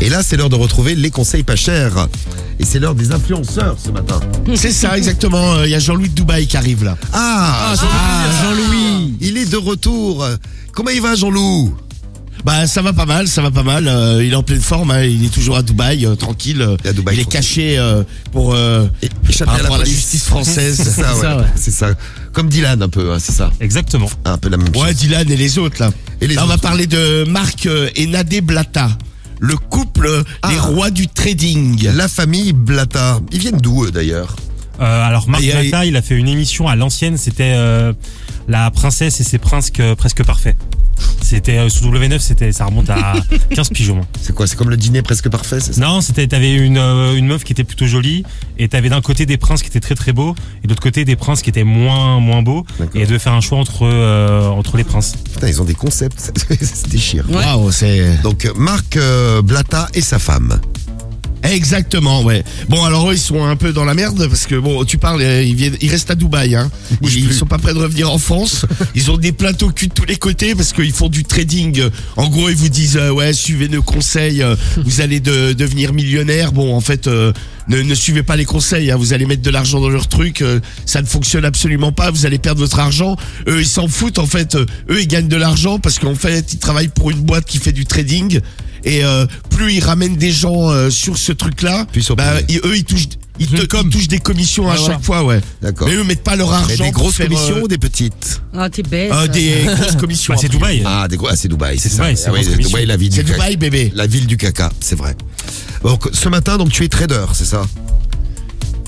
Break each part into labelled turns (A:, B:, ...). A: Et là, c'est l'heure de retrouver les conseils pas chers. Et c'est l'heure des influenceurs ce matin.
B: C'est ça, exactement. Il y a Jean-Louis de Dubaï qui arrive là.
A: Ah,
B: Ah, Jean-Louis
A: Il est de retour. Comment il va, Jean-Loup
B: Bah, ça va pas mal, ça va pas mal. Euh, il est en pleine forme, hein. il est toujours à Dubaï, euh, tranquille.
A: Il est à Dubaï,
B: il est
A: tranquille.
B: caché euh, pour euh,
A: Échappé
B: par rapport à la
A: police.
B: justice
A: C'est
B: française.
A: ça, ouais.
C: ça, ouais.
A: C'est ça. Comme Dylan, un peu, hein, c'est ça.
C: Exactement.
A: Un peu la même chose.
B: Ouais, Dylan et les autres là.
A: Et les
B: Là, on va
A: autres.
B: parler de Marc euh, et Nadé Blata, le couple des
A: Ah.
B: rois du trading.
A: La famille Blata. Ils viennent d'où, eux, d'ailleurs
C: Euh, alors Marc
B: Aïe, aïe.
C: Mata, il a fait une émission à l'ancienne, c'était euh, la princesse et ses princes que- presque parfaits. C'était euh, sous W9, c'était ça remonte à 15 pigeons.
A: C'est quoi C'est comme le dîner presque parfait, c'est ça
C: Non, c'était t'avais une euh, une meuf qui était plutôt jolie et t'avais d'un côté des princes qui étaient très très beaux et de l'autre côté des princes qui étaient moins moins beaux
A: D'accord.
C: et de faire un choix entre euh, entre les princes.
A: Putain, ils ont des concepts. ça se déchire.
B: Waouh, c'est
A: Donc, euh, Marc euh, Blata et sa femme.
B: Exactement, ouais. Bon, alors eux, ils sont un peu dans la merde parce que bon, tu parles, euh, ils, viennent, ils restent à Dubaï, hein.
A: bougent
B: Ils, ils
A: plus.
B: sont pas prêts de revenir en France. Ils ont des plateaux cul de tous les côtés parce qu'ils font du trading. En gros, ils vous disent euh, ouais, suivez nos conseils, euh, vous allez de- devenir millionnaire. Bon, en fait, euh, ne, ne suivez pas les conseils. hein. Vous allez mettre de l'argent dans leur truc, euh, ça ne fonctionne absolument pas. Vous allez perdre votre argent. Eux, ils s'en foutent en fait. Euh, Eux, ils gagnent de l'argent parce qu'en fait, ils travaillent pour une boîte qui fait du trading. Et euh, plus ils ramènent des gens euh, sur ce truc-là,
A: Plus ils sont
B: bah,
A: payés.
B: ils- eux ils touchent, ils, te- ils touchent des commissions à
D: Ah, voilà.
B: chaque fois, ouais.
A: D'accord.
B: Mais eux mettent pas leur argent.
A: Mais des
B: pour
A: grosses
B: faire,
A: commissions
B: euh,
A: ou des petites
D: Ah, t'es bête.
B: euh, des grosses commissions.
C: Bah, c'est
B: après.
C: Dubaï.
A: Ah, des gros- ah, c'est Dubaï, c'est
C: C'est
A: ça.
C: Dubaï, c'est
A: Ah oui,
C: grosse commission.
A: Dubaï, la ville
B: C'est
A: du caca.
B: Dubaï, bébé.
A: La ville du caca, c'est vrai. Donc, ce matin, donc tu es trader, c'est ça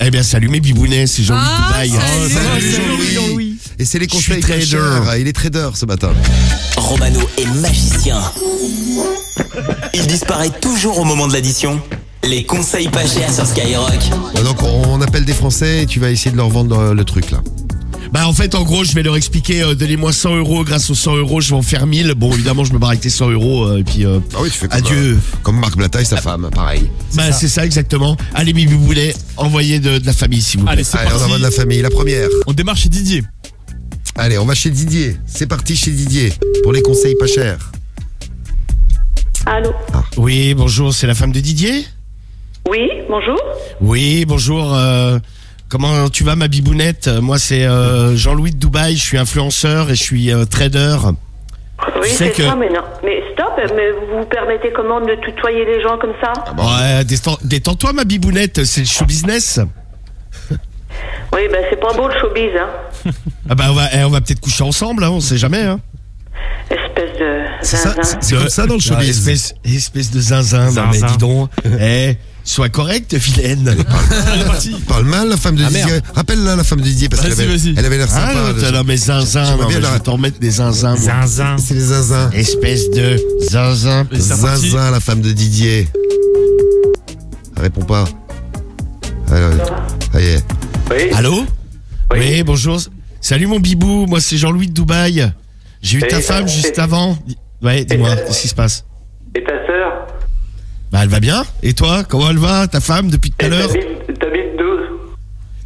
B: Eh bien, salut mes bibounets, c'est Jean-Louis
D: Ah,
B: Dubaï.
D: salut.
B: Oh,
D: Salut, Jean-Louis.
A: Et c'est les
B: Je suis
A: conseils
B: trader.
A: trader. Il est trader ce matin.
E: Romano est magicien. Il disparaît toujours au moment de l'addition. Les conseils pas chers sur Skyrock.
A: Ah, Donc on appelle des Français et tu vas essayer de leur vendre euh, le truc là.
B: Bah en fait en gros je vais leur expliquer euh, donnez-moi 100 euros grâce aux 100 euros je vais en faire 1000 bon évidemment je me barre avec tes 100 euros euh, et puis euh,
A: Ah oui, tu fais comme,
B: adieu
A: euh, comme Marc Blatta
F: Ah.
A: et sa femme, pareil.
B: bah c'est ça exactement allez mes bibounets envoyez de, de la famille s'il vous plaît
F: Allez, c'est
A: Allez, on
F: parti.
A: envoie de la famille. La première.
F: On démarre chez Didier.
A: Allez, on va chez Didier. C'est parti chez Didier pour les conseils pas chers.
G: Allô
B: oui bonjour c'est la femme de Didier
G: Oui, bonjour
B: Oui, bonjour. euh, comment tu vas, ma bibounette Moi, c'est euh, Jean-Louis de Dubaï. Je suis influenceur et je suis euh, trader.
G: Oui,
B: sais
G: c'est
B: que-
G: ça, mais non. Mais stop, mais vous vous permettez comment de tutoyer les gens comme ça
A: Ah
B: Ouais, détends- détends-toi, ma bibounette. C'est le show business.
G: Oui, ben c'est pas beau le showbiz, hein.
B: Ah bah, on va, eh, on va peut-être coucher ensemble. Hein, on sait jamais. Hein.
G: Espèce de
A: C'est ça,
G: zinzin.
A: c'est comme ça dans le
B: Ah,
A: showbiz.
B: espèce, espèce de zinzin. Non, mais
C: Zinzin.
B: dis donc. Eh, sois correcte, vilaine.
A: Parle mal la femme de
F: Ah,
A: Didier.
F: merde.
A: Rappelle-la la femme de Didier parce qu'elle
F: Vas-y,
A: avait,
F: vas-y.
A: elle avait l'air
B: Ah,
A: sympa.
B: non, t'as-
A: déjà.
B: non, mais zinzin.
A: J'aimerais
B: Non,
A: bien
B: mais je
A: la-
B: vais t'en mettre des zinzins. moi.
C: Zinzin.
A: C'est les zinzins.
B: Espèce de zinzin.
F: Et c'est parti.
A: Zinzin, la femme de Didier. Elle répond pas. Alors, ça y est.
B: Allô oui. bonjour. Salut mon bibou, moi c'est Jean-Louis de Dubaï. J'ai eu ta
H: euh,
B: femme juste avant. Ouais, dis-moi, qu'est-ce qui se passe
H: Et ta sœur
B: Bah elle va bien Et toi, comment elle va Ta femme depuis tout à
H: Et
B: l'heure
H: t'habites- T'habites 12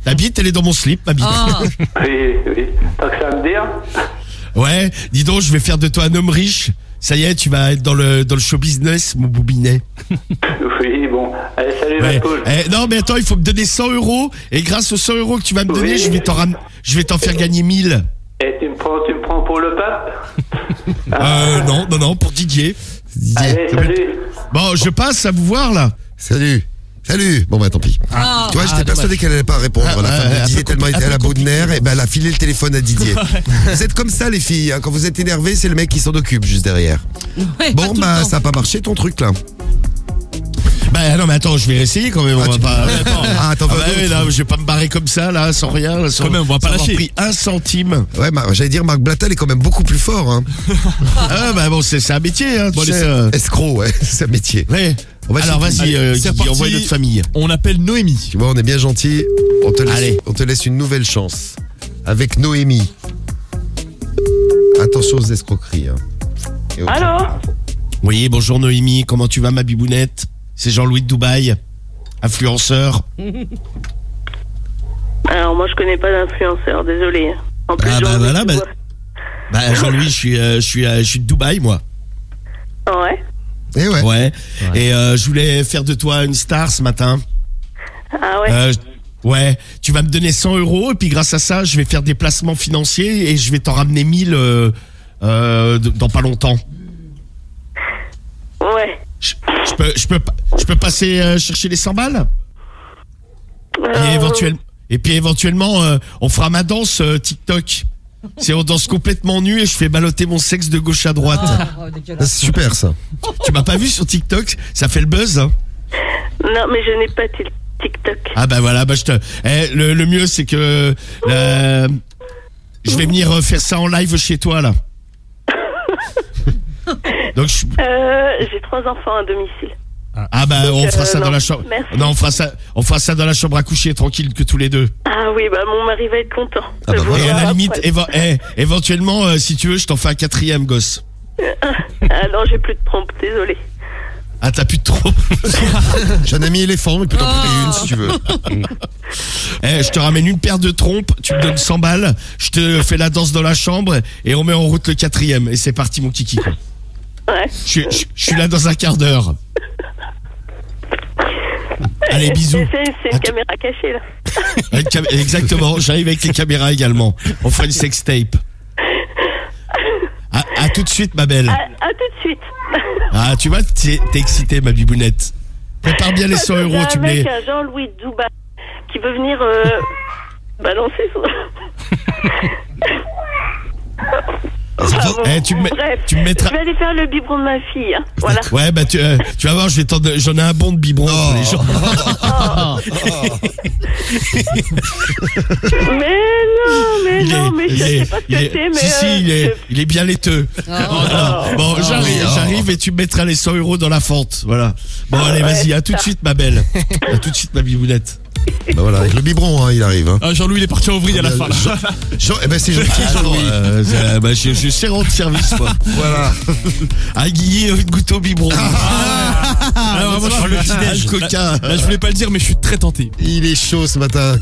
B: La bite, elle est dans mon slip, ma bite.
D: Ah,
H: Oui, oui. T'as que ça à me dire
B: Ouais, dis donc, je vais faire de toi un homme riche. Ça y est, tu vas être dans le, dans le show business, mon boubinet.
H: Oui, bon. Allez, salut
B: Ouais.
H: la cool.
B: Eh, non, mais attends, il faut me donner 100 euros. Et grâce aux 100 euros que tu vas me donner,
H: Oui.
B: je vais t'en ram- je vais t'en faire gagner 1000.
H: Et Eh, tu me prends, tu me prends pour le pape
B: Euh, non, non, non, pour Didier.
H: Ah. Allez, Eh, salut
B: Bon, je passe à vous voir là.
A: Salut. Salut. Bon bah tant pis.
D: ah.
A: Tu vois, j'étais persuadé qu'elle allait pas répondre.
B: Ah,
A: la
B: ouais,
A: femme
B: un
A: de
B: peu
A: Didier tellement était à la bout de
B: compliqué.
A: nerfs, et ben elle a filé le téléphone à Didier. vous êtes comme ça les filles, hein. quand vous êtes énervé, c'est le mec qui s'en occupe juste derrière.
D: Ouais, pas
A: Bon
D: tout le
A: bah
D: temps.
A: ça a pas marché ton truc là.
B: Bah non mais attends, je vais réessayer quand même. on
A: Ah,
B: va
A: tu-
B: pas.
A: Ah, t'en
B: Ah
A: veux
B: bah
A: d'autres.
B: oui, là, je vais pas me barrer comme ça là, sans rien. là, sans,
F: Quand même, on va pas
B: sans avoir
F: lâcher.
B: pris un centime.
A: Ouais, Mar- j'allais dire Marc Blatal est quand même beaucoup plus fort. Hein.
B: ah bah bon, c'est c'est un métier, hein, tu
F: Bon,
B: sais.
F: allez,
B: euh,
A: Escroc, ouais, c'est un métier.
B: ouais.
A: On va
B: Alors
A: chez Guy.
B: vas-y, euh,
F: Allez, c'est
B: Guy,
F: parti.
B: envoie notre famille.
F: On appelle Noémie.
A: Tu vois, on est bien gentil. On te laisse,
B: Allez.
A: on te laisse une nouvelle chance avec Noémie. Attention aux escroqueries. hein. Et aux-
G: Allô
B: Oui, bonjour Noémie, comment tu vas ma bibounette C'est Jean-Louis de Dubaï, influenceur.
G: Alors, moi, je connais pas d'influenceur, désolé. En plus,
B: Ah, bah,
G: j'en-
B: voilà, bah- Bah Jean-Louis, je suis, euh, je suis, euh, je suis de Dubaï moi.
G: Ouais
A: Et Eh ouais.
B: Ouais. Et euh, je voulais faire de toi une star ce matin.
G: Ah ouais.
B: Euh, je- ouais. Tu vas me donner 100 euros et puis grâce à ça, je vais faire des placements financiers et je vais t'en ramener 1000 euh, euh, d- dans pas longtemps. Euh,
G: ouais.
B: Je, je peux, je peux, pas- je peux passer euh, chercher les 100 balles et
G: Euh,
B: éventuellement, et puis éventuellement, euh, on fera ma danse euh, TikTok. C'est on danse complètement nu et je fais balloter mon sexe de gauche à droite.
A: Ça, C'est super ça.
B: Tu m'as pas vu sur TikTok Ça fait le buzz. hein.
G: Non, mais je n'ai pas tic- TikTok.
B: Ah bah voilà, bah je te. Eh, le, le mieux c'est que euh, je vais venir euh, faire ça en live chez toi là. Donc je-
G: Euh, j'ai trois enfants à domicile.
B: ah bah on fera
G: euh,
B: ça dans
G: non.
B: la chambre.
G: Merci.
B: Non, on fera ça, on fera ça dans la chambre à coucher tranquille que tous les deux.
G: Ah oui, bah mon mari va être content.
A: Ah bah
G: Je vous
A: voilà.
B: Et à la
G: revois
B: limite,
G: après.
B: éve- eh, éventuellement euh, si tu veux, je t'en fais un quatrième gosse.
G: Ah non, j'ai plus de trompe, désolé.
B: Ah t'as plus de trop.
A: J'ai un ami éléphant, il peut t'en prêter une si tu veux.
B: Eh, je te ramène une paire de trompes, tu me donnes 100 balles, je te fais la danse dans la chambre et on met en route le quatrième et c'est parti mon kiki. quoi.
G: Ouais.
B: Je suis- je- je suis là dans un quart d'heure. Allez, bisous.
G: C'est c'est une
B: Attends.
G: caméra cachée là.
B: Une cam- Exactement, j'arrive avec les caméras également. On fera une sextape. À, à tout de suite, ma belle.
G: À, à tout de suite.
B: Ah, tu vois, t'es t'es excitée, ma bibounette. Prépare bien les 100 euros,
G: J'ai
B: tu
G: un
B: me les.
G: mec, un Jean-Louis Douba, qui veut venir euh, balancer son. Enfin, bon,
B: Eh, tu me,
G: bref,
B: tu me mettras.
G: Je vais aller faire le biberon de ma fille. hein. Voilà.
B: Ouais, bah tu, euh, tu vas voir, je vais t'en don- j'en ai un bon de biberon pour
G: Oh.
B: les gens.
G: Mais non, mais
B: Il
G: non,
B: est-
G: mais je
B: il est-
G: sais pas ce
B: il
G: que
B: est-
G: c'est, Oh, mais.
B: si, si,
G: euh,
B: il est,
G: je-
B: il est bien laiteux. Bon, j'arrive,
A: Oh.
B: j'arrive et tu me mettras les 100 euros dans la fente. Voilà. Bon, allez,
G: ouais,
B: vas-y, à
G: c'est
B: tout de
G: ça.
B: suite, ma belle. À tout de suite, ma bibounette.
A: Bah voilà, avec le biberon, hein, il arrive. Hein. Euh,
F: Ah, Jean-Louis, il est parti en vrille à la fin. là.
A: Jean- Jean, eh ben c'est gentil, Jean-Louis.
B: Euh, euh, bah, je, je sais rendre service, moi.
A: Voilà.
B: Un guillet, une goutte euh, au biberon.
F: Ah, vraiment,
B: Un
F: je-
B: coca.
F: euh, Là, je voulais pas le dire, mais je suis très tenté.
A: Il est chaud ce matin.